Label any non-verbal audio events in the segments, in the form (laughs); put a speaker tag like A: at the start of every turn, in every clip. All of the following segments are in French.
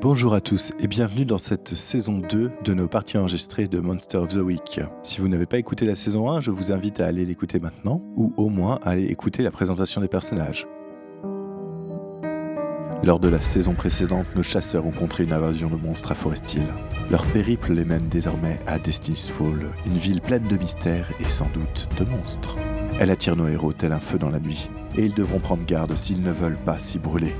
A: Bonjour à tous et bienvenue dans cette saison 2 de nos parties enregistrées de Monster of the Week. Si vous n'avez pas écouté la saison 1, je vous invite à aller l'écouter maintenant ou au moins à aller écouter la présentation des personnages. Lors de la saison précédente, nos chasseurs ont contré une invasion de monstres à Forestil. Leur périple les mène désormais à Destiny's Fall, une ville pleine de mystères et sans doute de monstres. Elle attire nos héros tel un feu dans la nuit, et ils devront prendre garde s'ils ne veulent pas s'y brûler.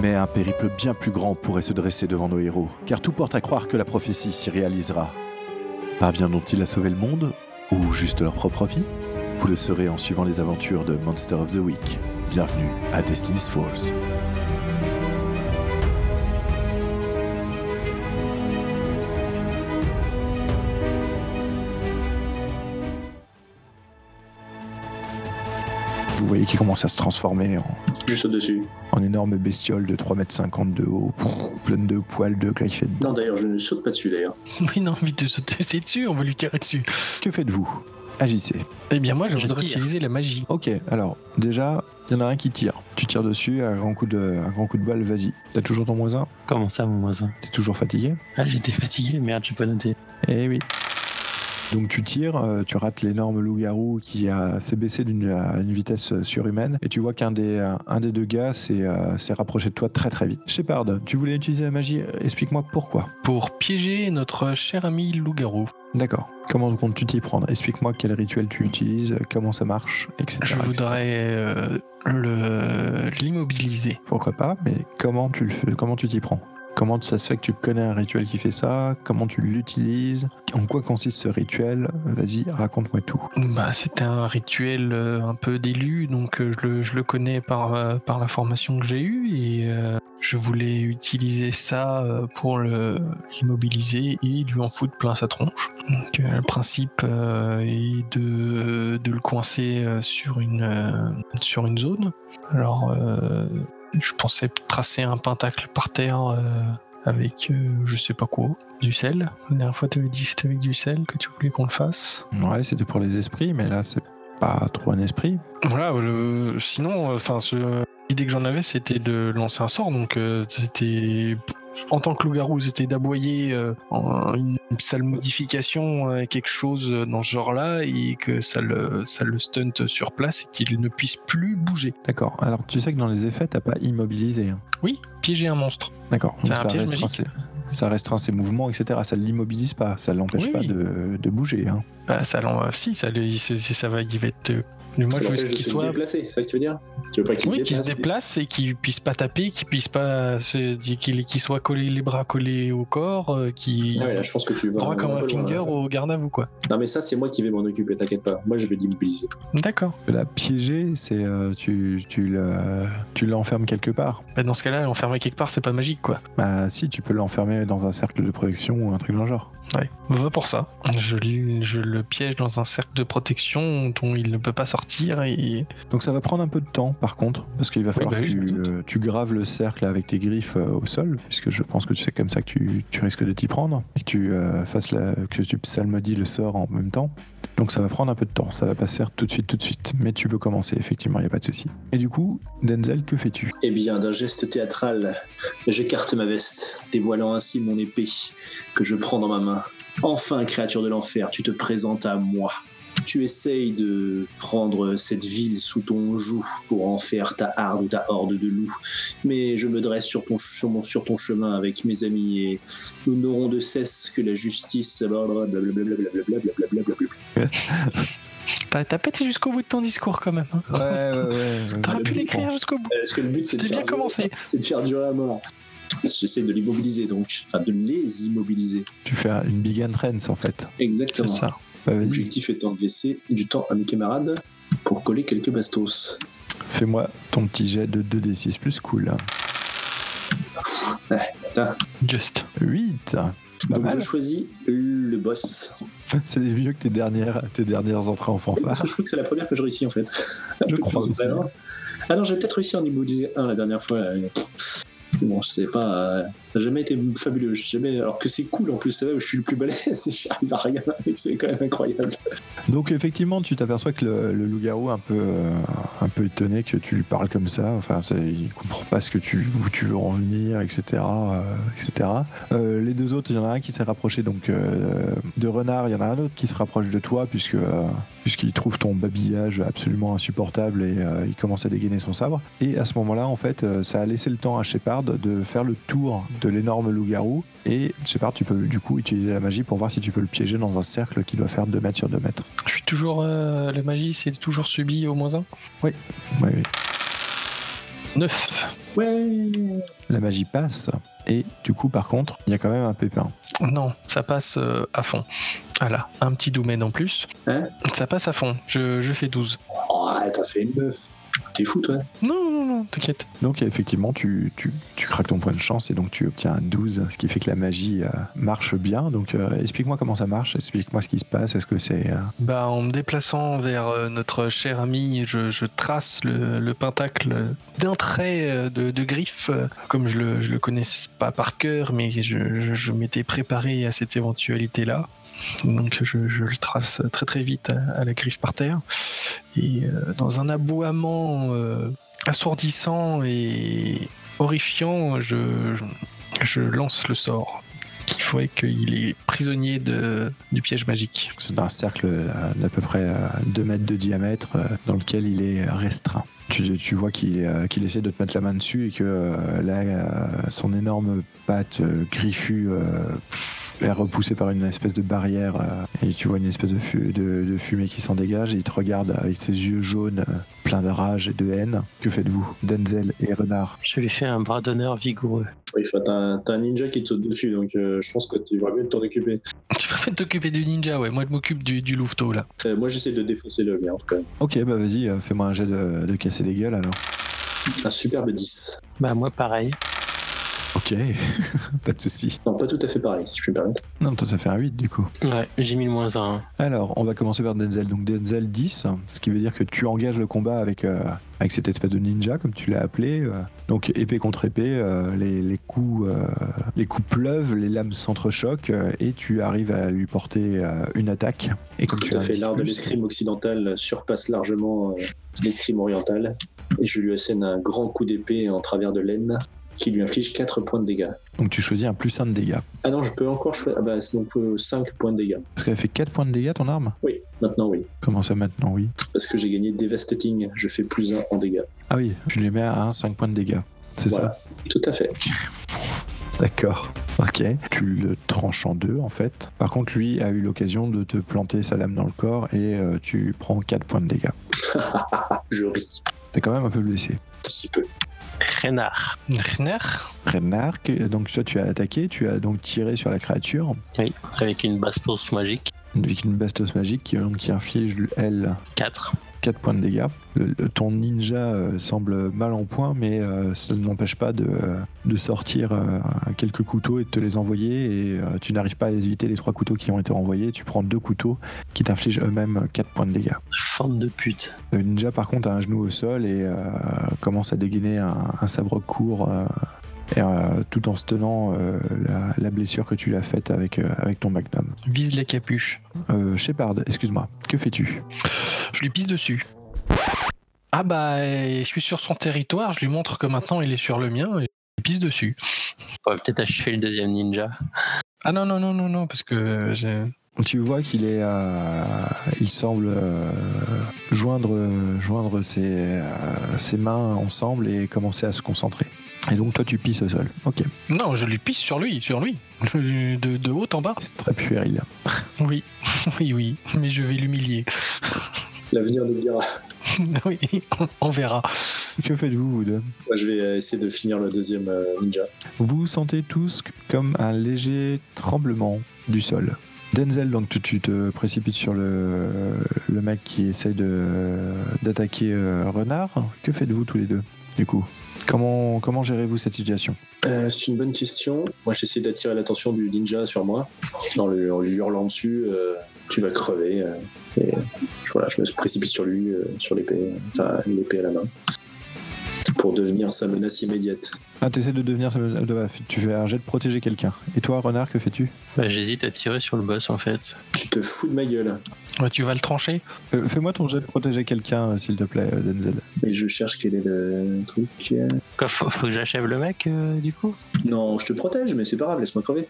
A: Mais un périple bien plus grand pourrait se dresser devant nos héros, car tout porte à croire que la prophétie s'y réalisera. Parviendront-ils à sauver le monde, ou juste leur propre vie Vous le saurez en suivant les aventures de Monster of the Week. Bienvenue à Destiny's Falls.
B: Vous voyez qu'il commence à se transformer en,
C: Juste au-dessus.
B: en énorme bestiole de 3,50 m de haut, pff, pleine de poils, de griffes et de dents.
C: Non, d'ailleurs, je ne saute pas dessus, d'ailleurs.
D: (laughs) Oui, non, envie de sauter dessus, on va lui tirer dessus.
A: Que faites-vous Agissez.
D: Eh bien, moi, je,
C: Je
D: voudrais
C: tire.
D: utiliser la magie.
B: Ok, alors déjà, il y en a un qui tire. Tu tires dessus, un grand coup de, un grand coup de balle, vas-y. T'as toujours ton moins 1
E: Comment ça, mon moins un
B: T'es toujours fatigué
E: Ah, j'étais fatigué, merde, j'ai pas noté.
B: Eh oui. Donc tu tires, euh, tu rates l'énorme loup-garou qui a- s'est baissé d'une à une vitesse euh, surhumaine et tu vois qu'un des, euh, un des deux gars s'est euh, s'est rapproché de toi très très vite. Shepard, tu voulais utiliser la magie, euh, explique-moi pourquoi.
D: Pour piéger notre cher ami loup-garou.
B: D'accord. Comment comptes-tu t'y prendre Explique-moi quel rituel tu utilises, euh, comment ça marche, etc.
D: Je
B: etc.
D: voudrais euh, le- l'immobiliser.
B: Pourquoi pas, mais comment tu le fais Comment tu t'y prends Comment ça se fait que tu connais un rituel qui fait ça Comment tu l'utilises En quoi consiste ce rituel Vas-y, raconte-moi tout.
D: Bah, c'était un rituel euh, un peu d'élu, donc euh, je, le, je le connais par, euh, par la formation que j'ai eue et euh, je voulais utiliser ça euh, pour le- l'immobiliser et lui en foutre plein sa tronche. Donc, euh, le principe euh, est de, de le coincer euh, sur une, euh, sur une zone. Alors, euh, je pensais tracer un pentacle par terre. euh, avec euh, je sais pas quoi, du sel. La dernière fois tu avais dit que c'était avec du sel que tu voulais qu'on le fasse.
B: Ouais, c'était pour les esprits, mais là, c'est pas trop un esprit.
D: Voilà, le- sinon, enfin, ce... l'idée que j'en avais, c'était de lancer un sort. Donc, euh, c'était. En tant que loup-garou, c'était d'aboyer euh, en- une sale modification, euh, quelque chose dans ce genre-là, et que ça le, ça le stunt sur place et qu'il ne puisse plus bouger.
B: D'accord. Alors, tu sais que dans les effets, t'as pas immobilisé. hein.
D: Oui, piéger un monstre.
B: D'accord.
D: C'est
B: Donc,
D: un piège
B: restreint
D: magique.
B: ses- ça restreint ses mouvements, etc. Ça ne l'immobilise pas, ça ne l'empêche
D: Oui,
B: pas
D: oui.
B: de, de bouger. hein.
D: Bah, ça l'en- Si, ça, le- il- c'est- c'est- ça va, il va être. euh, Mais moi,
C: Ça
D: je veux
C: l'empêche de
D: qu'il
C: se
D: soit.
C: déplacer, c'est ça que tu veux dire Tu veux pas qu'il
D: Oui,
C: se
D: qu'il
C: déplace
D: se déplace et qu'il puisse pas taper, qu'il puisse pas se qu'il qu'il soit collé les bras collés au corps, euh, qu'il
C: Ah ouais, là, je pense que tu vas.
D: droit comme un
C: peu loin,
D: finger
C: là.
D: au garde à vous quoi.
C: Non, mais ça, c'est moi qui vais m'en occuper, t'inquiète pas. Moi, je vais l'immobiliser.
D: D'accord.
B: La piéger, c'est euh, tu, tu le- tu l'enfermes quelque part.
D: Bah, dans ce cas-là, l'enfermer quelque part, c'est pas magique quoi.
B: Bah si, tu peux l'enfermer dans un cercle de protection ou un truc dans le genre.
D: Ouais. Va pour ça. Je, l- je le piège dans un cercle de protection dont il ne peut pas sortir et
B: Donc ça va prendre un peu de temps par contre, parce qu'il va falloir
D: bah oui, je
B: que
D: me
B: tu,
D: doute.
B: euh, tu graves le cercle avec tes griffes euh, au sol, puisque je pense que c'est comme ça que tu, tu risques de t'y prendre, et que tu euh, fasses la, que tu psalmodies le sort en même temps. Donc ça va prendre un peu de temps, ça va pas se faire tout de suite, tout de suite. Mais tu peux commencer, effectivement, il a pas de souci. Et du coup, Denzel, que fais-tu
C: Eh bien, d'un geste théâtral, j'écarte ma veste, dévoilant ainsi mon épée que je prends dans ma main. Enfin, créature de l'enfer, tu te présentes à moi. Tu essayes de prendre cette ville sous ton joug pour en faire ta harde ou ta horde de loups, mais je me dresse sur ton, ch- sur mon- sur ton chemin avec mes amis et nous n'aurons de cesse que la justice. blablabla, blablabla, blablabla, blablabla.
D: t'as t'as pété jusqu'au bout de ton discours quand même. hein.
B: ouais, ouais.
D: (laughs) T'aurais pu l'écrire jusqu'au bout.
C: Parce Euh, que le but, c'est de,
D: C'était bien
C: faire durer-
D: commencé.
C: c'est de faire durer la mort. J'essaie de l'immobiliser donc, enfin de les immobiliser.
B: Tu fais une big and trends en fait.
D: C'est
C: Exactement.
D: ça.
B: Bah, vas-y,
C: L'objectif étant de laisser du temps à mes camarades pour coller quelques bastos.
B: fais-moi ton petit jet de 2d6 plus cool.
D: Just.
B: 8 Pas
C: Donc
B: mal.
C: je choisis le boss.
B: Bah, (laughs) C'est mieux que tes dernières, tes dernières entrées en
C: Oui, parce
B: fanfare.
C: que je crois que c'est la première que je réussis en fait. (laughs)
B: Je crois aussi.
C: Ah non, j'ai peut-être réussi à en immobiliser un la dernière fois. là. euh, Bon, je sais pas, euh, ça n'a jamais été fabuleux. j'ai Jamais... Alors que c'est cool en plus, c'est là où je suis le plus balèze (laughs) et j'arrive à rien avec, c'est quand même incroyable.
B: Donc effectivement, tu t'aperçois que le, le loup-garou est un peu, euh, un peu étonné que tu lui parles comme ça. Enfin, ça, il comprend pas ce que tu, où tu veux en venir, etc., euh, etc. Euh, les deux autres, il y en a un qui s'est rapproché donc euh, de Renard, il y en a un autre qui se rapproche de toi puisque euh, puisqu'il trouve ton babillage absolument insupportable et euh, il commence à dégainer son sabre. Et à ce moment-là, en fait, euh, ça a laissé le temps à Shepard de faire le tour de l'énorme loup-garou. Et Shepard, tu peux du coup utiliser la magie pour voir si tu peux le piéger dans un cercle qui doit faire 2 mètres sur 2 mètres.
D: Je suis toujours. euh, la magie, c'est toujours subi au moins un
B: Oui, oui.
D: 9.
C: Ouais,
B: La magie passe. Et du coup, par contre, il y a quand même un pépin.
D: Non, ça passe euh, à fond. Voilà, un petit Doumen en plus.
C: Hein
D: ça passe à fond. Je, je fais 12.
C: oh, ouais, t'as fait une meuf. T'es fou, toi.
D: Non, non, non, t'inquiète.
B: Donc effectivement, tu, tu, tu craques ton point de chance et donc tu obtiens un 12, ce qui fait que la magie euh, marche bien. Donc euh, explique-moi comment ça marche, explique-moi ce qui se passe, est-ce que c'est... euh,
D: Bah, en me déplaçant vers euh, notre cher ami, je, je trace le, le pentacle d'un trait euh, de, de griffe, euh, comme je le, je le connaissais pas par cœur, mais je, je- je m'étais préparé à cette éventualité-là. Donc je, je le trace très très vite à, à la griffe par terre. Et euh, dans un aboiement euh, assourdissant et horrifiant, je, je- je lance le sort qui ferait qu'il est prisonnier de, du piège magique.
B: C'est un cercle euh, d'à peu près 2 mètres de diamètre euh, dans lequel il est restreint. Tu, tu vois qu'il est, euh, qu'il essaie de te mettre la main dessus et que euh, là, euh, son énorme patte euh, griffue euh, pff, est repoussée par une espèce de barrière euh, et tu vois une espèce de, fu- de- de fumée qui s'en dégage et il te regarde avec ses yeux jaunes euh, pleins de rage et de haine. Que faites-vous, Denzel et Renard
E: Je lui fais un bras d'honneur vigoureux.
C: Oui, enfin, t'as un, t'as un ninja qui te saute dessus, donc euh, je pense que tu devrais mieux t'en occuper.
D: (laughs) Tu préfères t'occuper du ninja, ouais. Moi, je m'occupe du, du louveteau, là.
C: Euh, moi, j'essaie de défoncer le merde, quand même.
B: Ok, bah vas-y, euh, fais-moi un jet de, de casser les gueules alors.
C: Un superbe 10.
E: Bah moi pareil.
B: Ok, (laughs) pas de soucis.
C: Non, pas tout à fait pareil, si je puis me permettre.
B: Non, toi ça fait un 8 du coup.
E: Ouais, j'ai mis le moins 1.
B: Alors, on va commencer par Denzel. Donc Denzel 10, ce qui veut dire que tu engages le combat avec, euh, avec cette espèce de ninja, comme tu l'as appelé. euh. donc épée contre épée, euh, les, les coups, euh, les coups pleuvent, les lames s'entrechoquent, euh, et tu arrives à lui porter euh, une attaque. Et comme tu
C: Tout à
B: l'as
C: fait,
B: dit
C: l'art de
B: plus,
C: l'escrime occidental surpasse largement euh, l'escrime oriental. Et je lui assène un grand coup d'épée en travers de laine qui lui inflige 4 points de dégâts.
B: Donc tu choisis un plus 1 de dégâts.
C: Ah non, je peux encore choisir. Ah bah, c'est donc 5 points de dégâts.
B: Parce qu'elle fait 4 points de dégâts ton arme
C: Oui, maintenant oui.
B: Comment ça maintenant, oui
C: Parce que j'ai gagné Devastating, je fais plus 1 en dégâts.
B: Ah oui, tu les mets à 1, 5 points de dégâts. C'est ça
C: Voilà. Tout à fait.
B: D'accord. Ok. Tu le tranches en deux, en fait. Par contre, lui a eu l'occasion de te planter sa lame dans le corps et euh, tu prends 4 points de dégâts.
C: Je ris
B: T'es quand même un peu blessé.
C: un petit peu.
E: Renard.
D: Renner
B: Renard, que- donc toi, tu as attaqué, tu as donc tiré sur la créature
E: Oui, avec une bastos magique.
B: avec une bastos magique qui, donc, qui inflige, elle,
E: 4.
B: 4 points de dégâts. Le- le- ton ninja euh, semble mal en point, mais euh, ça ne l'empêche pas de, euh, de sortir euh, quelques couteaux et de te les envoyer. Et euh, tu n'arrives pas à éviter les trois couteaux qui ont été envoyés. Tu prends deux couteaux qui t'infligent eux-mêmes 4 points de dégâts.
E: Forme de pute.
B: Le ninja, par contre, a un genou au sol et euh, commence à dégainer un, un sabre court. euh, et, euh, tout en se tenant euh, la, la blessure que tu l'as faite avec, euh, avec ton magnum.
D: vise la capuche.
B: Euh, Shepard, excuse-moi, que fais-tu
D: Je lui pisse dessus. Ah bah, euh, je suis sur son territoire, je lui montre que maintenant il est sur le mien et je lui pisse dessus.
E: On va peut-être achever le deuxième ninja.
D: Ah non, non, non, non, non, parce que j'ai-
B: Tu vois qu'il est, euh, il semble euh, joindre, joindre ses, euh, ses mains ensemble et commencer à se concentrer. Et donc toi tu pisses au sol. Ok.
D: Non, je lui pisse sur lui, sur lui. De, de haut en bas.
B: C'est très puéril.
D: Oui, (laughs) oui, oui. Mais je vais l'humilier. (laughs)
C: L'avenir nous le dira.
D: oui, on, on verra.
B: Que faites-vous vous deux
C: Moi, je vais euh, essayer de finir le deuxième euh, ninja.
B: Vous sentez tous comme un léger tremblement du sol. Denzel, donc tu, tu te précipites euh, sur le, le mec qui essaye de- d'attaquer euh, Renard. Que faites-vous tous les deux Du coup, comment, comment gérez-vous cette situation
C: Euh, c'est une bonne question. Moi, j'essaie d'attirer l'attention du ninja sur moi en lui, en lui hurlant dessus euh, Tu vas crever. euh. et je, voilà, je me précipite sur lui, euh, sur l'épée, enfin l'épée à la main, pour devenir sa menace immédiate.
B: Ah, t'essaies de devenir. de- bah, Tu fais un jet de protéger quelqu'un. Et toi, renard, que fais-tu
E: Bah, J'hésite à tirer sur le boss en fait.
C: Tu te fous de ma gueule.
D: Ouais, tu vas le trancher
B: Euh, Fais-moi ton jet de protéger quelqu'un, euh, s'il te plaît, euh, Denzel.
C: Mais je cherche quel est le truc.
E: Quoi, faut, faut que j'achève le mec euh, du coup
C: Non, je te protège, mais c'est pas grave, laisse-moi crever.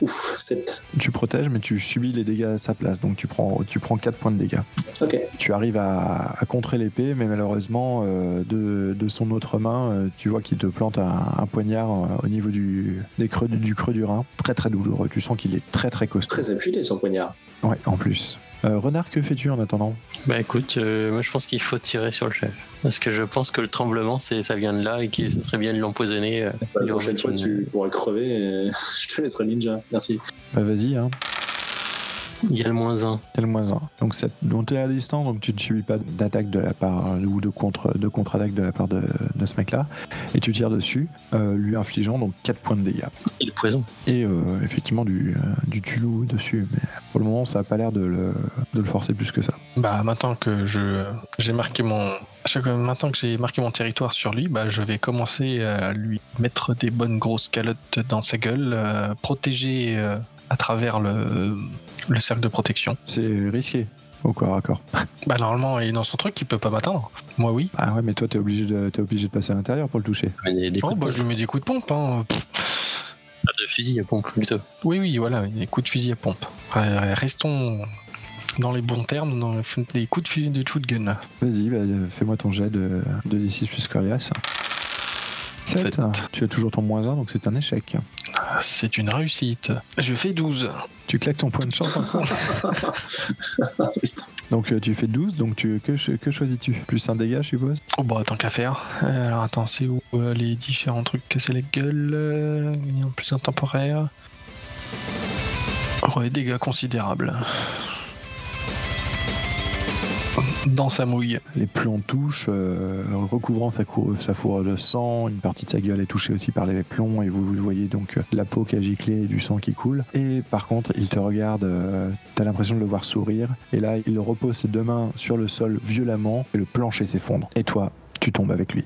C: Ouf, 7.
B: Tu protèges, mais tu subis les dégâts à sa place. Donc tu prends, tu prends 4 points de dégâts.
C: Ok.
B: Tu arrives à, à contrer l'épée, mais malheureusement, euh, de, de son autre main, euh, tu vois qu'il te plante un, un poignard euh, au niveau du, des creux, du, du creux du rein. Très très douloureux. Tu sens qu'il est très très costaud.
C: Très affûté son poignard.
B: Ouais, en plus. Euh, renard, que fais-tu en attendant
E: Bah écoute, euh, moi je pense qu'il faut tirer sur le chef. Parce que je pense que le tremblement, c'est ça vient de là et que ce serait bien de l'empoisonner. euh,
C: Bah,
E: et
C: la prochaine
E: remettre
C: fois,
E: une-
C: tu pourras crever. et (laughs) je te laisserai ninja. Merci.
B: Bah vas-y, hein.
E: Il y a le moins un.
B: T'es le moins 1. Donc, ça- donc t'es à distance, donc tu ne subis pas d'attaque de la part euh, ou de contre de contre-attaque de la part de, de ce mec-là. Et tu tires dessus, euh, lui infligeant donc 4 points de dégâts.
E: Et le poison.
B: Et euh, effectivement du, euh, du tulou dessus. Mais pour le moment, ça n'a pas l'air de le, de le forcer plus que ça.
D: Bah maintenant que je j'ai marqué mon à chaque fois, maintenant que j'ai marqué mon territoire sur lui, bah je vais commencer à lui mettre des bonnes grosses calottes dans sa gueule, euh, protéger euh, à travers le le cercle de protection.
B: C'est risqué au corps à corps.
D: Bah normalement il est dans son truc, il peut pas m'atteindre. Moi oui.
B: Ah ouais, mais toi, t'es obligé, de- t'es obligé de passer à l'intérieur pour le toucher.
E: Mais des, des
D: Oh
E: coups de
D: bah je lui mets des coups de pompe. Hein.
E: pas de fusil à pompe plutôt.
D: Oui oui voilà des coups de fusil à pompe. Euh, restons dans les bons termes, dans les coups de fusil de shotgun.
B: Vas-y, bah, euh, fais-moi ton jet de, de D6 plus coriace.
D: Sept.
B: Sept. Tu as toujours ton moins 1, donc c'est un échec.
D: Ah, C'est une réussite. Je fais 12.
B: Tu claques ton point de chance encore.
C: Ah, putain.
B: Donc euh, tu fais 12, donc tu, que, cho- que choisis-tu Plus un dégât, je suppose
D: Oh bah tant qu'à faire. Euh, alors attends, c'est où euh, les différents trucs que c'est la gueule euh, il y a un plus intemporaire. Ouais, dégâts considérables. Dans sa mouille. (laughs)
B: Les plombs touchent, euh, recouvrant sa, cou- sa fourrure de sang, une partie de sa gueule est touchée aussi par les plombs, et vous, vous voyez donc euh, la peau qui a giclé et du sang qui coule. Et par contre, il te regarde, euh, t'as l'impression de le voir sourire, et là, il repose ses deux mains sur le sol violemment, et le plancher s'effondre. Et toi, tu tombes avec lui.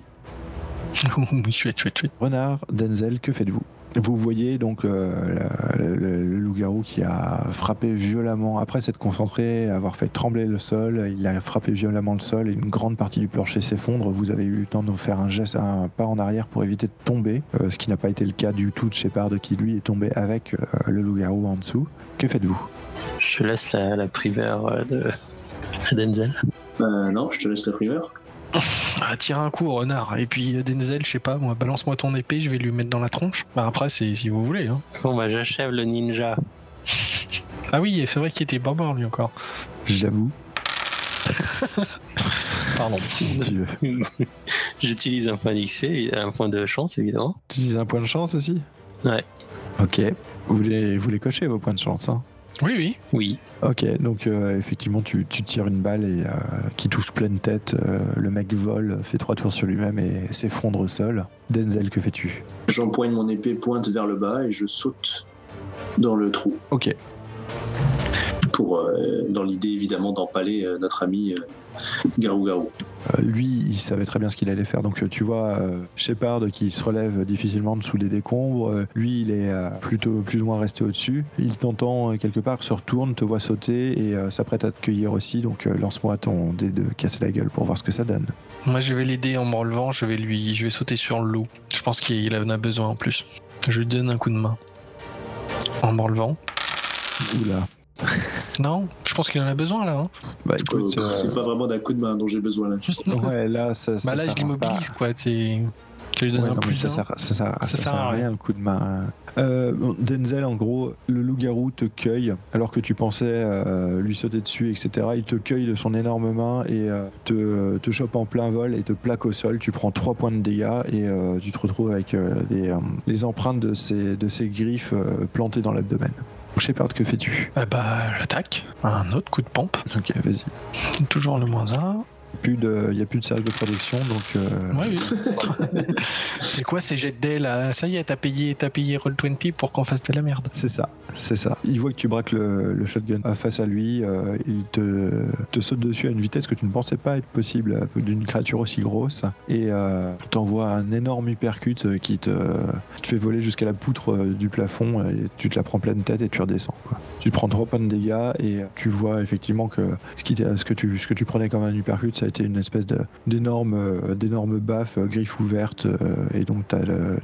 D: Oh, chouette, chouette, chouette.
B: Renard, Denzel, que faites-vous Vous voyez donc euh, la- la- la- le, loup-garou qui a frappé violemment, après s'être concentré, avoir fait trembler le sol, il a frappé violemment le sol et une grande partie du plancher s'effondre. Vous avez eu le temps de faire un geste, un pas en arrière pour éviter de tomber, euh, ce qui n'a pas été le cas du tout de Shepard qui lui est tombé avec euh, le loup-garou en dessous. Que faites-vous
E: Je laisse la, la primeur euh, de (laughs) à Denzel.
C: Euh, non, je te laisse la primeur.
D: Ah, tire un coup, renard. Et puis euh, Denzel, je sais pas, moi, balance-moi ton épée, je vais lui mettre dans la tronche. Bah après, c'est si vous voulez. Hein.
E: Bon bah j'achève le ninja.
D: Ah oui, c'est vrai qu'il était pas mort lui encore.
B: J'avoue,
D: Pardon.
B: tu,
E: J'utilise un point d'XP, un point de chance évidemment.
B: tu utilises un point de chance aussi
E: Ouais.
B: Ok. Vous les, vous les cochez vos points de chance, hein
D: Oui, oui.
E: Oui.
B: Ok, donc euh, effectivement, tu, tu tires une balle et, euh, qui touche pleine tête. euh, le mec vole, fait trois tours sur lui-même et s'effondre au sol. Denzel, que fais-tu
C: J'empoigne mon épée pointe vers le bas et je saute dans le trou.
B: Ok.
C: Pour, euh, dans l'idée évidemment d'empaler euh, notre ami euh, Garou Garou.
B: Euh, lui, il savait très bien ce qu'il allait faire. Donc euh, tu vois euh, Shepard qui se relève difficilement dessous des décombres. Euh, lui, il est euh, plutôt plus ou moins resté au-dessus. Il t'entend euh, quelque part, se retourne, te voit sauter et euh, s'apprête à te cueillir aussi. Donc euh, lance-moi ton dé de casser la gueule pour voir ce que ça donne.
D: Moi, je vais l'aider en me relevant, je vais lui, je vais sauter sur le loup. Je pense qu'il en a besoin en plus. Je lui donne un coup de main. En me relevant.
B: Oula.
D: Non, je pense qu'il en a besoin là. hein.
B: Bah
C: Euh,
B: écoute.
C: pff, C'est pas vraiment d'un coup de main dont j'ai besoin là.
D: (laughs)
B: euh, ouais, là, ça. ça
D: bah là, je
B: sert à pas.
D: l'immobilise quoi. C'est. Je lui donne
B: Ouais,
D: un
B: non, mais
D: plus.
B: ça,
D: un.
B: sert, ça, sert-
D: Ça
B: ça
D: sert
B: sert à rien le coup de main. Euh, bon, Denzel, en gros, le loup-garou te cueille alors que tu pensais euh, lui sauter dessus, etc. Il te cueille de son énorme main et euh, te, te chope en plein vol et te plaque au sol. Tu prends 3 points de dégâts et euh, tu te retrouves avec euh, les, euh, les empreintes de ses, de ses griffes euh, plantées dans l'abdomen. Shepard, que
D: Eh
B: fais-tu
D: Euh, bah, j'attaque. Un autre coup de pompe. (laughs)
B: Ok, vas-y.
D: Toujours le moins un.
B: plus de, il y a plus de serrage de protection, donc euh,
D: Ouais, oui.
B: (laughs)
D: c'est quoi ces jets de dés, là Ça y est, t'as payé, t'as payé Roll20 pour qu'on fasse de la merde.
B: (laughs) c'est ça, c'est ça. Il voit que tu braques le, le shotgun euh, face à lui, euh, il te, te saute dessus à une vitesse que tu ne pensais pas être possible euh, d'une créature aussi grosse, et euh, t'envoie un énorme hypercute euh, qui te, qui te fait voler jusqu'à la poutre euh, du plafond, et tu te la prends pleine tête et tu redescends. quoi. Tu prends trois points de dégâts et euh, tu vois effectivement que ce, qui t'a- ce que, tu, ce que tu prenais comme un hypercute, ça a été une espèce de- d'énorme euh, d'énorme baffe, euh, griffe ouverte, euh, et donc tu as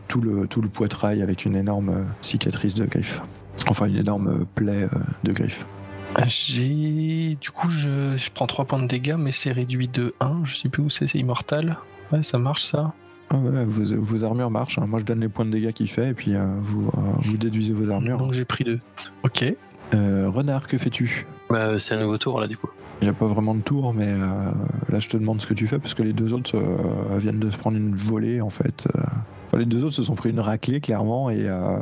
B: tout, le, tout le poitrail avec une énorme euh, cicatrice de griffe. Enfin, une énorme euh, plaie euh, de griffe.
D: J'ai. Du coup, je, je prends 3 points de dégâts, mais c'est réduit de 1. Je sais plus où c'est, c'est immortal. Ouais, ça marche ça.
B: Ah ouais, vos, vos armures marchent, hein. moi je donne les points de dégâts qu'il fait, et puis euh, vous, euh, vous déduisez vos armures.
D: Donc j'ai pris 2. Ok.
B: Euh, renard, que fais-tu
E: Bah, euh, c'est un nouveau tour là du coup.
B: Il n'y a pas vraiment de tour, mais euh, là je te demande ce que tu fais parce que les deux autres euh, viennent de se prendre une volée en fait. Euh, enfin, les deux autres se sont pris une raclée clairement et euh,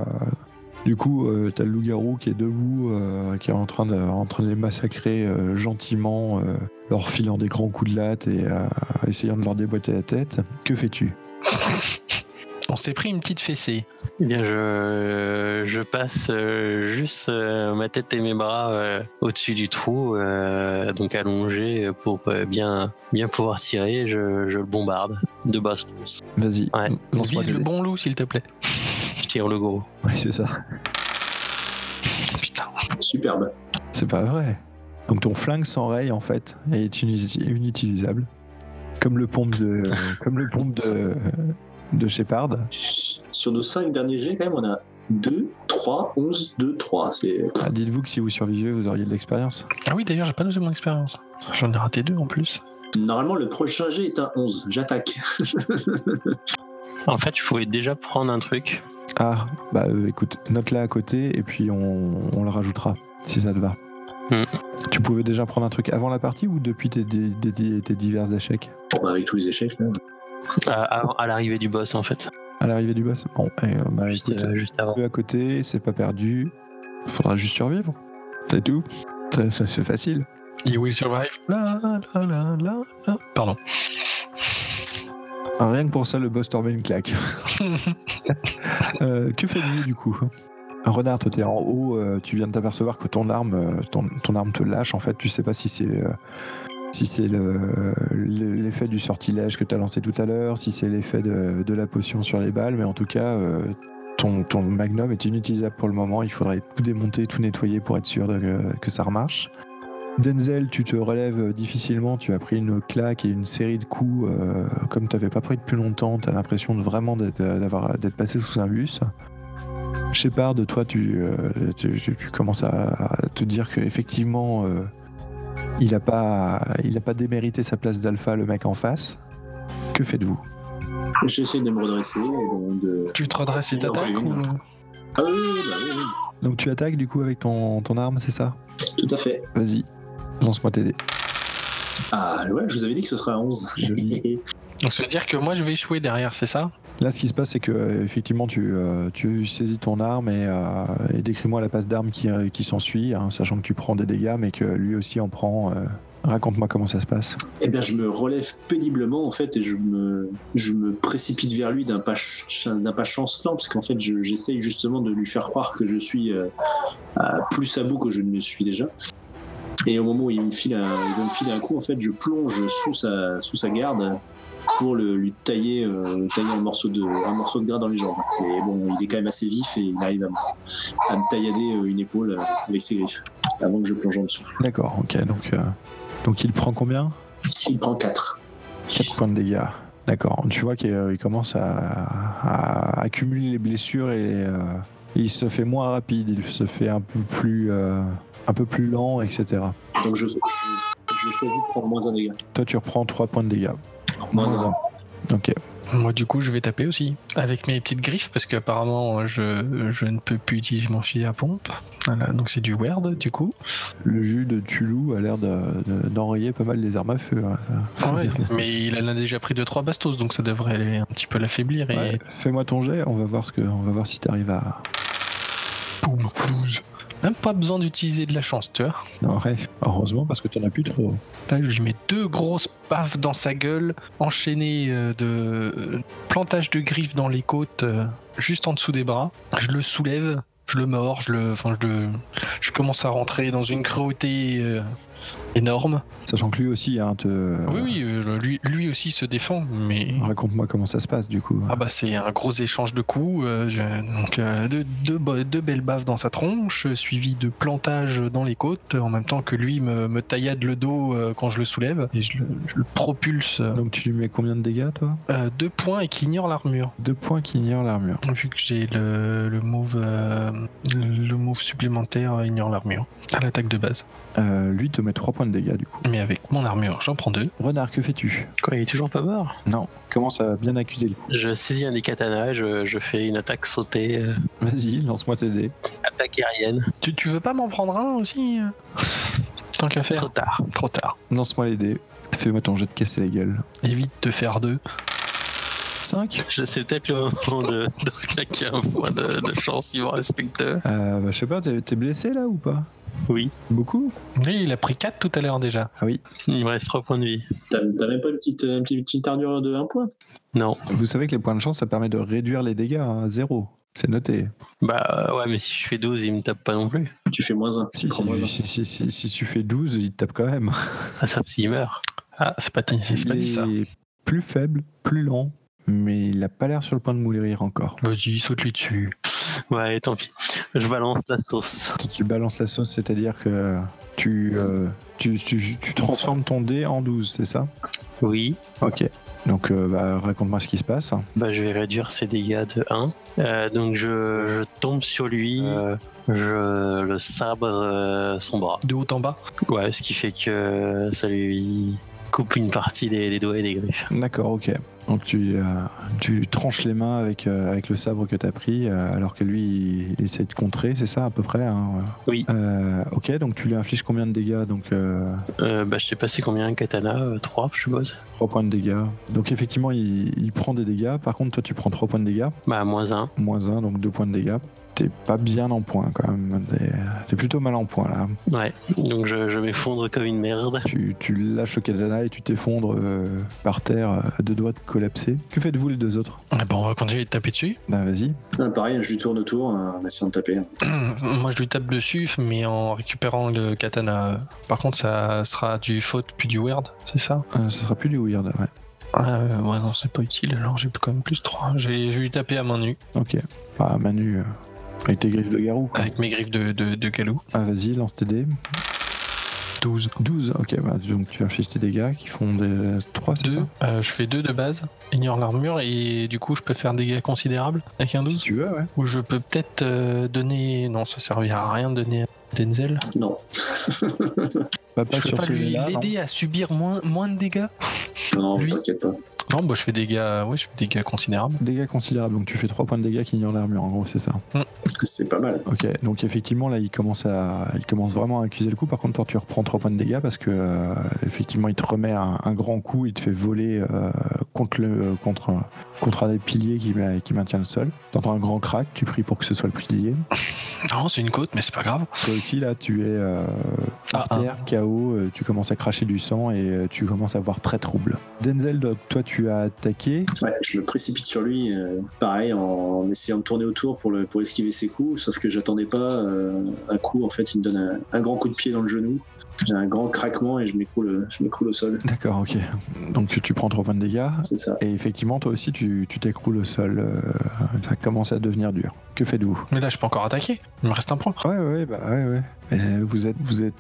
B: du coup euh, t'as le loup-garou qui est debout, euh, qui est en train de, en train de les massacrer euh, gentiment, euh, leur filant des grands coups de latte et euh, essayant de leur déboîter la tête. Que fais-tu
D: On s'est pris une petite fessée.
E: Eh bien, je, je passe euh, juste euh, ma tête et mes bras euh, au-dessus du trou, euh, donc allongé euh, pour euh, bien, bien pouvoir tirer. Je, je le bombarde de bastos.
B: Vas-y,
E: Ouais.
B: lance-moi
D: Vise
B: des
D: le
B: dés.
D: bon loup, s'il te plaît.
E: Je tire le gros.
B: Ouais, c'est ça. (laughs)
D: Putain.
C: Superbe.
B: C'est pas vrai. Donc ton flingue sans rail en fait est inusi- inutilisable. Comme le pompe
E: (laughs)
B: de euh, comme le pompe de euh, de Shepard.
C: Sur nos 5 derniers jets, quand même, on a 2, 3, 11, 2, 3. C'est
B: Ah, Dites-vous que si vous survivez, vous auriez de l'expérience.
D: Ah oui, d'ailleurs, j'ai pas noté mon expérience. J'en ai raté 2 en plus.
C: Normalement, le prochain jet est un 11. J'attaque.
E: En fait, je pouvais déjà prendre un truc.
B: Ah, bah euh, écoute, note-la à côté et puis on, on le rajoutera si ça te va.
E: Hmm.
B: Tu pouvais déjà prendre un truc avant la partie ou depuis tes, tes- tes- tes divers échecs
C: Bon, bah, avec tous les échecs, là.
E: À, euh, à- à l'arrivée du boss, en fait.
B: à l'arrivée du boss Bon, eh, euh, bah
E: Juste,
B: écoute,
E: euh, juste avant.
B: peu à côté, c'est pas perdu. Faudra juste survivre. C'est tout. Ça- ça, c'est facile.
D: You will survive. La, la, la, la, la. Pardon.
B: Ah, rien que pour ça, le boss t'en met une claque. Euh, que faites-vous du coup Renard, toi t'es en haut, euh, tu viens de t'apercevoir que ton arme, euh, ton, ton arme te lâche en fait. Tu sais pas si c'est euh, si c'est le- le- l'effet du sortilège que t'as lancé tout à l'heure, si c'est l'effet de, de la potion sur les balles, mais en tout cas, euh, ton, ton magnum est inutilisable pour le moment. Il faudrait tout démonter, tout nettoyer pour être sûr de- que- que ça remarche. Denzel, tu te relèves euh, difficilement, tu as pris une claque et une série de coups euh, comme tu n'avais pas pris depuis longtemps, tu as l'impression de vraiment d'être euh, d'avoir- d'être passé sous un bus. Shepard, toi, tu, euh, tu, tu- tu commences à te dire qu'effectivement, il n'a pas, il a pas démérité sa place d'alpha, le mec en face. Que faites-vous
C: J'essaie de me redresser. et donc de-
D: Tu te redresses et t'attaques ou...
C: Ah oui, oui, bah oui, oui,
B: Donc tu attaques du coup avec ton, ton arme, c'est ça
C: tout à fait.
B: Vas-y, lance-moi tes dés.
C: Ah ouais, je vous avais dit que ce serait un 11. (laughs)
D: Donc ça veut dire que moi je vais échouer derrière, c'est ça
B: Là, ce qui se passe, c'est que euh, effectivement, tu, euh, tu saisis ton arme et, euh, et décris-moi la passe d'arme qui, euh, qui s'ensuit, hein, sachant que tu prends des dégâts, mais que lui aussi en prend. euh. Raconte-moi comment ça se passe.
C: Eh bien, je me relève péniblement, en fait, et je me, je me précipite vers lui d'un pas, ch- d'un pas chancelant, parce qu'en fait, je- j'essaye justement de lui faire croire que je suis euh, à- plus à bout que je ne le suis déjà. Et au moment où il me file un, il veut me filer un coup, en fait, je plonge sous sa, sous sa garde pour le, lui tailler, euh, tailler un, morceau de, un morceau de gras dans les jambes. Et bon, il est quand même assez vif et il arrive à, me- à me taillader euh, une épaule euh, avec ses griffes, avant que je plonge en dessous.
B: D'accord, ok. Donc, euh, donc il prend combien
C: Il prend 4.
B: 4 points de dégâts. D'accord. Tu vois qu'il euh, il commence à, à accumuler les blessures et euh, il se fait moins rapide, il se fait un peu plus, euh, un peu plus lent, etc.
C: Donc je, je, je choisis de prendre moins un dégât.
B: Toi, tu reprends 3 points de dégâts.
C: Moins un.
B: Ok.
D: Moi du coup je vais taper aussi. Avec mes petites griffes parce qu'apparemment je, je ne peux plus utiliser mon filet à pompe. Voilà, donc c'est du weird du coup.
B: Le jus de Tulou a l'air de- de- d'enrayer pas mal les armes à feu. hein, ça.
D: Ah Ouais, mais il en a déjà pris 2-3 bastos donc ça devrait aller un petit peu l'affaiblir et
B: Ouais, Fais-moi ton jet, on va voir ce que, on va voir si t'arrives à.
D: boum, 12. Même pas besoin d'utiliser de la chance, tu vois.
B: Non, ouais, heureusement parce que t'en as plus trop.
D: Là, je lui mets deux grosses paffes dans sa gueule, enchaînées euh, de euh, plantage de griffes dans les côtes, euh, juste en dessous des bras. Je le soulève, je le mords, je le, enfin, je le, je commence à rentrer dans une cruauté euh, énorme.
B: Sachant que lui aussi, hein, te.
D: Oui, oui, euh, lui, lui aussi se défend, mais.
B: Raconte-moi comment ça se passe du coup.
D: Ah bah c'est un gros échange de coups, euh, je- donc euh, deux, deux bo- deux belles baffes dans sa tronche, euh, suivies de plantages dans les côtes, en même temps que lui me, me taillade le dos euh, quand je le soulève, et je le, je le propulse euh,
B: Donc tu lui mets combien de dégâts toi
D: euh, deux points et qui ignore l'armure.
B: Deux points qui ignorent l'armure.
D: Vu que j'ai le, le move euh, le move supplémentaire euh, ignore l'armure à l'attaque de base.
B: Euh, lui te met trois points de dégâts du coup.
D: Mais avec mon armure, j'en prends deux.
B: Renard, que fais-tu
E: Quoi, il est toujours pas mort
B: Non, commence à bien accuser le coup.
E: Je saisis un des katanas, je, je fais une attaque sautée, euh,
B: Vas-y, lance-moi tes dés.
E: attaque aérienne.
D: Tu, tu veux pas m'en prendre un aussi Tant qu'à faire.
E: Trop tard.
D: Trop tard.
B: Lance-moi les dés. Fais-moi ton jet de caisse la gueule.
D: Évite de faire deux.
B: 5
E: Je sais peut-être le moment de, de claquer un point de, de chance, Yvan Respecteur.
B: euh, bah, Je sais pas, t'es t'es blessé là ou pas
E: Oui,
B: Beaucoup
D: Lui, il a pris quatre tout à l'heure déjà.
E: il me reste 3 points de vie.
C: T'as t'as même pas une petite, un petit, petite ardure de 1 point
E: Non.
B: Vous savez que les points de chance, ça permet de réduire les dégâts hein, à zéro. C'est noté.
E: Bah ouais, mais si je fais 12, il me tape pas non plus.
C: Tu fais moins 1.
B: Si, si, si, si, si- si tu fais 12, il te tape quand même.
E: Ah, ça, s'il meurt.
D: Ah, c'est pas, c'est pas dit ça.
B: Il est plus faible, plus lent, mais il a pas l'air sur le point de mourir encore.
D: Vas-y, saute-lui dessus.
E: Ouais, Bah, tant pis. Je balance la sauce.
B: Tu- Tu balances la sauce, c'est-à-dire que tu, euh, tu, tu- tu transformes ton dé en 12, c'est ça
E: Oui.
B: Ok. Donc euh, bah, raconte-moi ce qui se passe.
E: Bah, je vais réduire ses dégâts de 1. Euh, donc, je, je tombe sur lui. euh, je le sabre euh, son bras.
D: De haut en bas.
E: Ouais, ce qui fait que euh, ça lui coupe une partie des, des doigts et des griffes.
B: D'accord, ok. Donc tu, euh, tu lui tranches les mains avec, euh, avec le sabre que t'as pris, euh, alors que lui, il, il essaie de contrer, c'est ça à peu près hein, ouais.
E: Oui.
B: Euh, ok, donc tu lui infliges combien de dégâts Donc euh,
E: Euh, bah, je sais pas c'est combien un katana 3, je suppose.
B: 3 points de dégâts. Donc effectivement, il, il prend des dégâts. Par contre, toi, tu prends 3 points de dégâts,
E: Bah, moins 1.
B: moins 1, donc 2 points de dégâts. T'es pas bien en point quand même. T'es- T'es plutôt mal en point là.
E: Ouais. Donc, je, je m'effondre comme une merde.
B: Tu, tu lâches le katana et tu t'effondres euh, par terre euh, à deux doigts de collapser. Que faites-vous les deux autres
D: Ah bah, on va continuer de taper dessus. (clears throat)
B: Ben vas-y.
C: pareil, je lui tourne autour hein, en essayant de taper.
D: Moi, je lui tape dessus, mais en récupérant le katana. Par contre, ça sera du faute puis du word, c'est ça
B: Euh, ce sera plus du weird. Ouais.
D: Ah euh, ouais, non, c'est pas utile, alors j'ai quand même plus 3. J'ai, je vais lui taper à main nue,
B: Ok. Bah, Manu, euh, avec tes griffes de garou. quoi.
D: avec mes griffes de, de, de galou.
B: Ah, vas-y, lance tes dés.
D: 12.
B: 12, ok, bah, donc tu affiches tes dégâts qui font des 3, c'est
D: 2.
B: ça
D: Euh, je fais 2 de base, ignore l'armure, et du coup, je peux faire des dégâts considérables avec un
B: Si
D: 12.
B: tu veux, ouais.
D: Ou je peux peut-être euh, donner. Non, ça servira à rien de donner à Denzel.
C: Non.
B: Pas, pas
D: je peux
B: sur
D: pas
B: ce
D: lui
B: là
D: l'aider à subir moins, moins de dégâts
C: Non,
D: Lui
C: t'inquiète pas.
D: Non, bah je fais des dégâts. Ouais, je fais des dégâts considérables.
B: Dégâts considérables, donc tu fais 3 points de dégâts qui ignorent l'armure, en gros, c'est ça.
C: C'est pas mal.
B: Ok, donc effectivement, là, il commence, à, il commence vraiment à accuser le coup. Par contre, toi, tu reprends 3 points de dégâts parce que, euh, effectivement, il te remet un, un grand coup, il te fait voler euh, contre, le, euh, contre, contre un des piliers qui, ma- qui maintient le sol. T'entends un grand crack, tu pries pour que ce soit le pilier.
D: Non, c'est une côte, mais c'est pas grave.
B: Toi aussi, là, tu es euh, par
D: Ah,
B: terre, KO, euh, tu commences à cracher du sang et euh, tu commences à voir très trouble. Denzel, euh, toi, tu as attaqué.
C: Ouais, je me précipite sur lui, euh, pareil, en, en essayant de tourner autour pour, le, pour esquiver ses coups, sauf que j'attendais pas euh, un coup. En fait, il me donne un, un grand coup de pied dans le genou. J'ai un grand craquement et je m'écroule, je m'écroule au sol.
B: D'accord, ok. Donc, tu prends 3 points de dégâts.
C: C'est ça.
B: Et effectivement, toi aussi, tu tu t'écroules au sol. euh, ça commence à devenir dur. Que faites-vous
D: Mais là, je peux encore attaquer. Il me reste un point.
B: Ouais, ouais, bah ouais, ouais. Mais vous êtes, vous êtes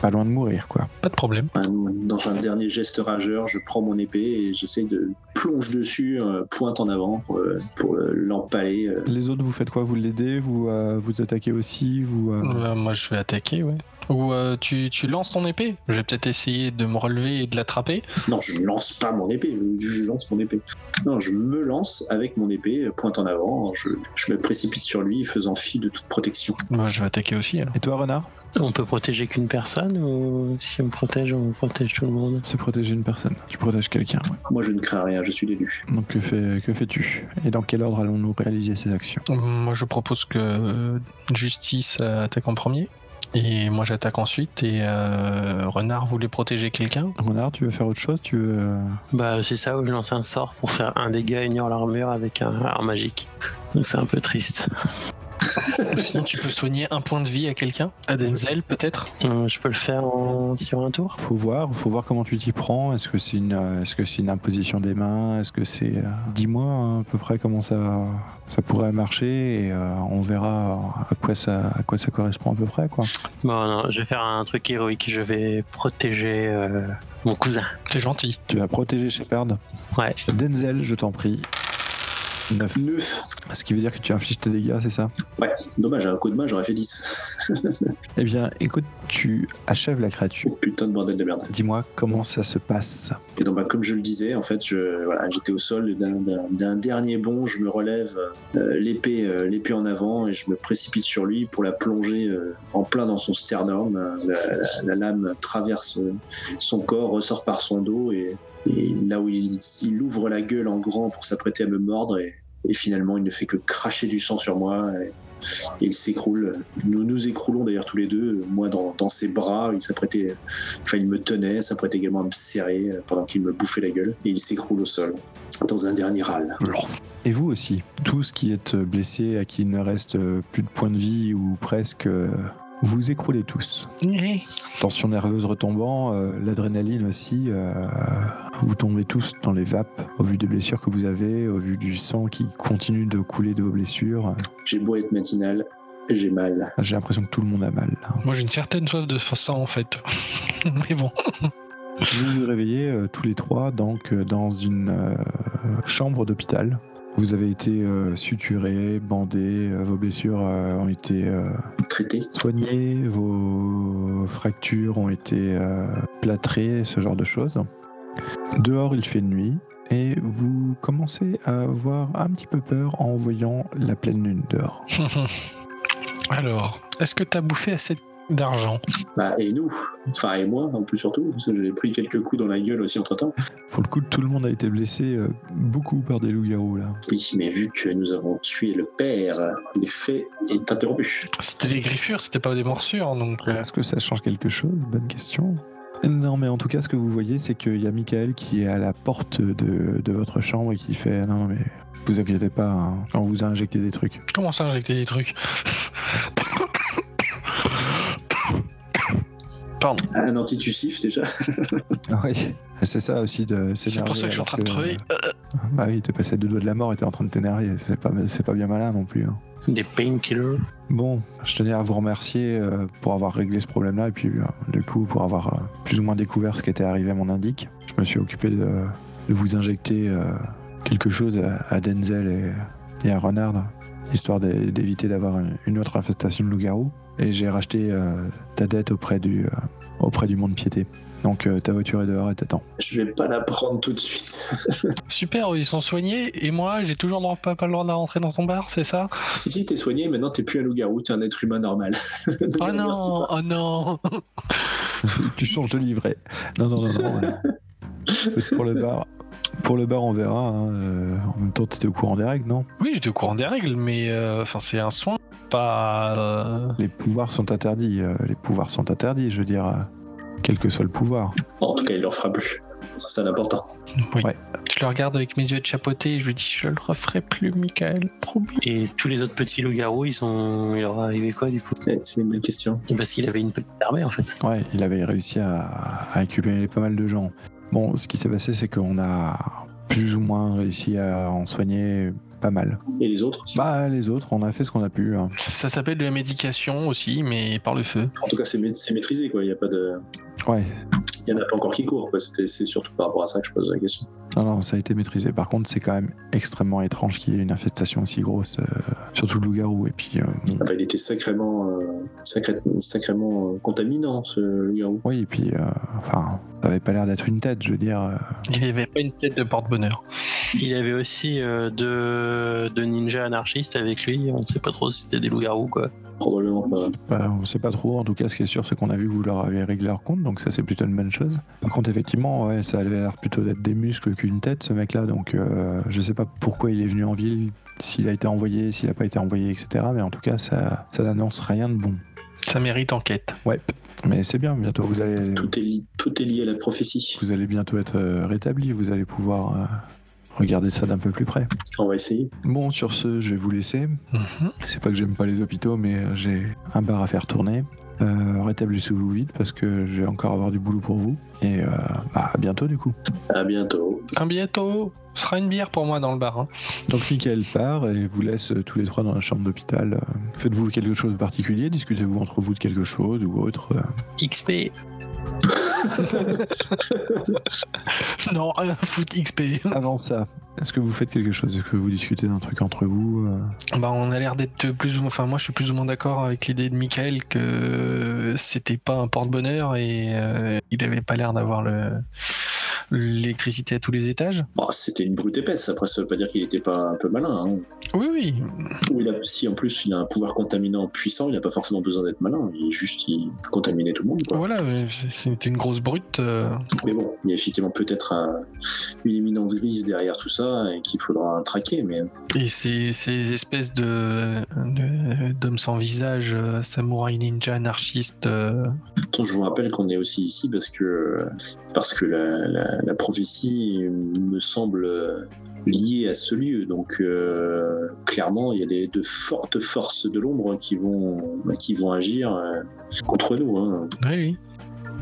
B: pas loin de mourir, quoi.
D: Pas de problème.
C: Un- Dans un dernier geste rageur, je prends mon épée et j'essaye de plonger dessus, euh, pointe en avant, pour, euh, pour, euh, l'empaler. euh.
B: Les autres, vous faites quoi Vous l'aidez Vous euh, vous attaquez aussi Vous euh,
D: Euh, moi, je vais attaquer, ouais. Ou euh, tu, tu lances ton épée. Je vais peut-être essayer de me relever et de l'attraper.
C: Non, je ne lance pas mon épée, je, je lance mon épée. Non, je me lance avec mon épée, euh, pointe en avant, je, je me précipite sur lui, faisant fi de toute protection.
D: Moi, je vais attaquer aussi. hein. alors.
B: Et toi, renard
E: On peut protéger qu'une personne ou si on protège, on protège tout le monde
B: C'est protéger une personne. Tu protèges quelqu'un. ouais.
C: Moi, je ne crains rien, je suis l'élu.
B: Donc que, fais- que fais-tu Et dans quel ordre allons-nous réaliser ces actions
D: Moi, je propose que euh, Justice euh, attaque en premier. Et moi, j'attaque ensuite. Et euh, Renard voulait protéger (laughs) quelqu'un.
B: Renard, tu veux faire autre chose Tu veux euh,
E: Bah, c'est ça où je lance un sort pour faire un dégât ignore l'armure avec un art magique. Donc c'est un peu triste.
D: Sinon, tu peux soigner un point de vie à quelqu'un. À Denzel, peut-être.
E: Hum, Je peux le faire en... sur un tour
B: Faut voir, faut voir comment tu t'y prends. Est-ce que c'est une, euh, est-ce que c'est une imposition des mains Est-ce que c'est, euh, dis-moi hein, à peu près comment ça, ça pourrait marcher et euh, on verra à quoi ça, à quoi ça correspond à peu près quoi.
E: Bon, non, je vais faire un truc héroïque. Je vais protéger euh, mon cousin.
D: C'est gentil.
B: Tu vas protéger Shepard.
E: Ouais.
B: Denzel, je t'en prie. 9.
C: Neuf.
B: Ce qui veut dire que tu infliges tes dégâts, c'est ça
C: Ouais, dommage, un coup de main, j'aurais fait 10.
B: Eh bien, écoute, tu achèves la créature.
C: Oh, (laughs) putain de bordel de merde.
B: Dis-moi comment ça se passe.
C: Et donc, bah, comme je le disais, en fait, je- voilà, j'étais au sol. et d'un- D'un d'un dernier bond, je me relève, euh, l'épée euh, l'épée en avant, et je me précipite sur lui pour la plonger euh, en plein dans son sternum. Euh, La, la- la lame traverse euh, son corps, ressort par son dos, et, et là où il, il ouvre la gueule en grand pour s'apprêter à me mordre, et, et finalement, il ne fait que cracher du sang sur moi. et- et il s'écroule. Nous nous écroulons d'ailleurs tous les deux. Moi dans, dans ses bras, il s'apprêtait Enfin, il me tenait, s'apprêtait également à me serrer euh, pendant qu'il me bouffait la gueule, et il s'écroule au sol, dans un dernier râle.
B: Et vous aussi, tous qui êtes blessés, à qui il ne reste euh, plus de points de vie ou presque, euh, vous écroulez tous.
D: Eh,
B: Tension nerveuse retombant, euh, l'adrénaline aussi, euh, vous tombez tous dans les vapes au vu des blessures que vous avez, au vu du sang qui continue de couler de vos blessures.
C: J'ai beau être matinal, j'ai mal.
B: J'ai l'impression que tout le monde a mal. là.
D: Moi, j'ai une certaine soif de faire ça, en fait. (laughs) Mais bon. (laughs)
B: Vous vous réveillez euh, tous les trois donc euh, dans une euh, chambre d'hôpital. Vous avez été euh, suturés, bandés, euh, vos blessures euh, ont été euh,
C: Traité.
B: soignées, vos fractures ont été euh, plâtrées, ce genre de choses. Dehors, il fait nuit et vous commencez à avoir un petit peu peur en voyant la pleine lune dehors.
D: Alors, est-ce que t'as bouffé assez d'argent
C: Bah, et nous Enfin, et moi, en plus surtout, parce que j'ai pris quelques coups dans la gueule aussi entre-temps.
B: Pour le coup, tout le monde a été blessé euh, beaucoup par des loups-garous là.
C: Oui, mais vu que nous avons tué le père, l'effet est interrompu.
D: C'était des griffures, c'était pas des morsures, donc. euh,
B: Est-ce que ça change quelque chose Bonne question. Non, mais en tout cas, ce que vous voyez, c'est qu'il y a Michael qui est à la porte de, de votre chambre et qui fait Non, non, mais vous inquiétez pas, hein, on vous a injecté des trucs.
D: Comment ça injecter des trucs Pardon,
C: Un antitussif, déjà.
B: Ah Oui. (laughs) C'est ça aussi de
D: c'est pour ça que je suis en train de crever.
B: Bah oui, t'es passé à deux doigts de la mort et t'es en train de t'énerver. C'est pas, c'est pas bien malin non plus. hein.
E: Des painkillers.
B: Bon, je tenais à vous remercier euh, pour avoir réglé ce problème-là et puis euh, du coup pour avoir euh, plus ou moins découvert ce qui était arrivé à mon indique. Je me suis occupé de, de vous injecter euh, quelque chose à, à Denzel et, et à Renard, là, histoire d'é- d'éviter d'avoir une- une autre infestation de loup-garou. Et j'ai racheté euh, ta dette auprès du, euh, auprès du monde piété. Donc euh, ta voiture est dehors et t'attend.
C: Je vais pas la prendre tout de suite. (laughs)
D: Super, ils sont soignés, et moi, j'ai toujours le- pas, pas le droit de rentrer dans ton bar, c'est ça
C: si, si, t'es soigné, maintenant t'es plus un loup-garou, t'es un être humain normal. (laughs) Ne
D: Oh
C: me remercie
D: non,
C: pas.
D: oh non (laughs)
B: (laughs) tu changes de livret. Non, non, non, non. euh, pour le bar. Pour le bar, on verra. hein, euh, en même temps, tu étais au courant des règles, non
D: Oui, j'étais au courant des règles, mais euh, enfin, c'est un soin, pas. euh,
B: Les pouvoirs sont interdits. euh, les pouvoirs sont interdits, je veux dire, euh, quel que soit le pouvoir.
C: En tout cas, il leur fera plus. C'est ça l'important.
D: Je le regarde avec mes yeux de chapeauté et je lui dis Je le referai plus, Michael, promis.
E: Et tous les autres petits loups-garous, ils sont. Il leur est arrivé quoi du coup
C: Eh, C'est une bonne question.
E: Parce qu'il avait une petite armée en fait.
B: Ouais, il avait réussi à, à récupérer pas mal de gens. Bon, ce qui s'est passé, c'est qu'on a plus ou moins réussi à en soigner pas mal.
C: Et les autres
B: Bah, les autres, on a fait ce qu'on a pu. hein.
D: Ça s'appelle de la médication aussi, mais par le feu.
C: En tout cas, c'est ma- c'est maîtrisé, quoi. Il n'y a pas de.
B: Ouais,
C: Il y en a pas encore qui courent, quoi. C'était- C'est surtout par rapport à ça que je pose la question.
B: non, non, ça a été maîtrisé. Par contre, c'est quand même extrêmement étrange qu'il y ait une infestation aussi grosse, euh, surtout de loup-garou. Et puis, euh, bon,
C: Ah bah, il était sacrément euh, sacré- sacrément euh, contaminant, ce garou.
B: Oui, et puis, euh, enfin, ça avait pas l'air d'être une tête, je veux dire. euh,
D: Il n'avait pas une tête de porte-bonheur.
E: Il avait aussi euh, deux, deux ninjas anarchistes avec lui. On ne sait pas trop si c'était des loups-garous, quoi.
C: Probablement pas.
B: Bah, on ne sait pas trop, en tout cas ce qui est sûr c'est qu'on a vu que vous leur avez réglé leur compte, donc ça c'est plutôt une bonne chose. Par contre effectivement, ouais, ça avait l'air plutôt d'être des muscles qu'une tête ce mec là, donc euh, je sais pas pourquoi il est venu en ville, s'il a été envoyé, s'il a pas été envoyé, etc. Mais en tout cas ça, ça n'annonce rien de bon.
D: Ça mérite enquête.
B: Ouais, mais c'est bien, bientôt vous allez,
C: Tout est, li- tout est lié à la prophétie.
B: vous allez bientôt être euh, rétabli, vous allez pouvoir euh, regarder ça d'un peu plus près.
C: On va essayer.
B: Bon sur ce, je vais vous laisser.
D: Mhm.
B: C'est pas que j'aime pas les hôpitaux, mais euh, j'ai un bar à faire tourner. Euh, Rétablissez-vous vite parce que je vais encore avoir du boulot pour vous. Et euh, bah, à bientôt du coup.
C: À bientôt.
D: Un bientôt. Ce sera une bière pour moi dans le bar. hein.
B: Donc Michael part et vous laisse euh, tous les trois dans la chambre d'hôpital. Euh, Faites-vous quelque chose de particulier, discutez-vous entre vous de quelque chose ou autre. euh.
E: XP
D: (laughs) Non, rien à foutre XP.
B: Avant ça, est-ce que vous faites quelque chose Est-ce que vous discutez d'un truc entre vous euh
D: Bah, on a l'air d'être plus ou moins. Enfin, moi, je suis plus ou moins d'accord avec l'idée de Michael que c'était pas un porte-bonheur et euh, il avait pas l'air d'avoir le l'électricité à tous les étages.
C: Bon, Ah, C'était une brute épaisse, après ça veut pas dire qu'il était pas un peu malin. hein.
D: Oui, oui.
C: Ou il a- si en plus il a un pouvoir contaminant puissant, il n'a pas forcément besoin d'être malin, il est juste il contaminait tout le monde. Quoi.
D: Voilà, mais c'est- c'était une grosse brute. euh.
C: Mais bon, il y a effectivement peut-être un- une éminence grise derrière tout ça et qu'il faudra traquer, mais
D: Et ces, ces espèces de de- d'hommes sans visage, euh, samouraï ninja anarchistes. euh,
C: Pourtant, je vous rappelle qu'on est aussi ici parce que, parce que la, la- la prophétie me semble euh, liée à ce lieu. Donc, euh, clairement, il y a des, de fortes forces de l'ombre qui vont, qui vont agir euh, contre nous. hein.
D: Oui, oui.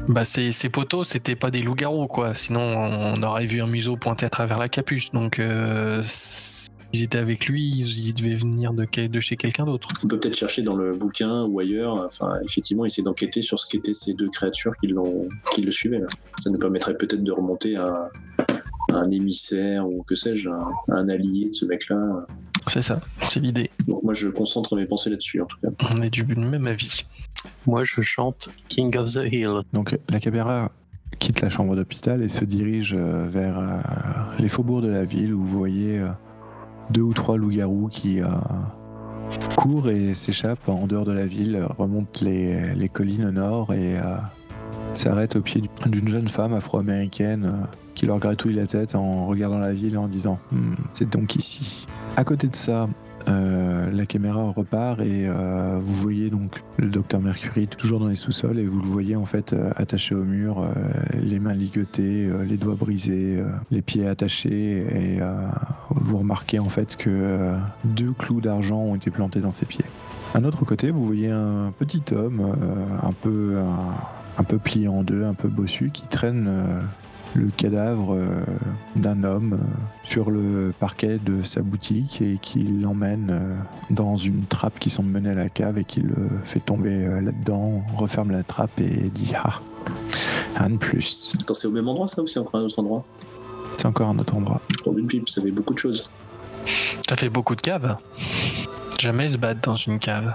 D: Bah, ces, ces poteaux, c'était pas des loups-garous, quoi. Sinon, on aurait vu un museau pointé à travers la capuce. Donc, euh, s'ils étaient avec lui, ils, ils devaient venir de, quel- de chez quelqu'un d'autre.
C: On peut peut-être chercher dans le bouquin ou ailleurs, enfin, effectivement, essayer d'enquêter sur ce qu'étaient ces deux créatures qui, l'ont- qui le suivaient. là. Ça nous permettrait peut-être de remonter à à un émissaire ou que sais-je, un, un allié de ce mec-là.
D: C'est ça, c'est l'idée.
C: Donc moi je concentre mes pensées là-dessus en tout cas.
D: On est du du même avis.
E: Moi, je chante King of the Hill.
B: Donc la caméra quitte la chambre d'hôpital et se dirige euh, vers euh, les faubourgs de la ville où vous voyez euh, deux ou trois loups-garous qui euh, courent et s'échappent en dehors de la ville, euh, remontent les, les collines au nord et euh, s'arrêtent au pied du- d'une jeune femme afro-américaine euh, qui leur gratouille la tête en regardant la ville et en disant Hmm, C'est donc ici ⁇ À côté de ça, euh, la caméra repart et euh, vous voyez donc le docteur Mercury toujours dans les sous-sols et vous le voyez en fait euh, attaché au mur, euh, les mains ligotées, euh, les doigts brisés, euh, les pieds attachés et euh, vous remarquez en fait que euh, deux clous d'argent ont été plantés dans ses pieds. Un autre côté, vous voyez un petit homme euh, un peu un, un peu plié en deux, un peu bossu, qui traîne euh, le cadavre euh, d'un homme euh, sur le parquet de sa boutique et qui l'emmène euh, dans une trappe qui semble mener à la cave et qui le fait tomber euh, là-dedans, referme la trappe et dit ah un de plus.
C: Attends, c'est au même endroit ça ou c'est encore un autre endroit
B: C'est encore un autre endroit.
C: Pour une pipe, ça fait beaucoup de choses.
D: Ça fait beaucoup de caves. Jamais se battre dans une cave.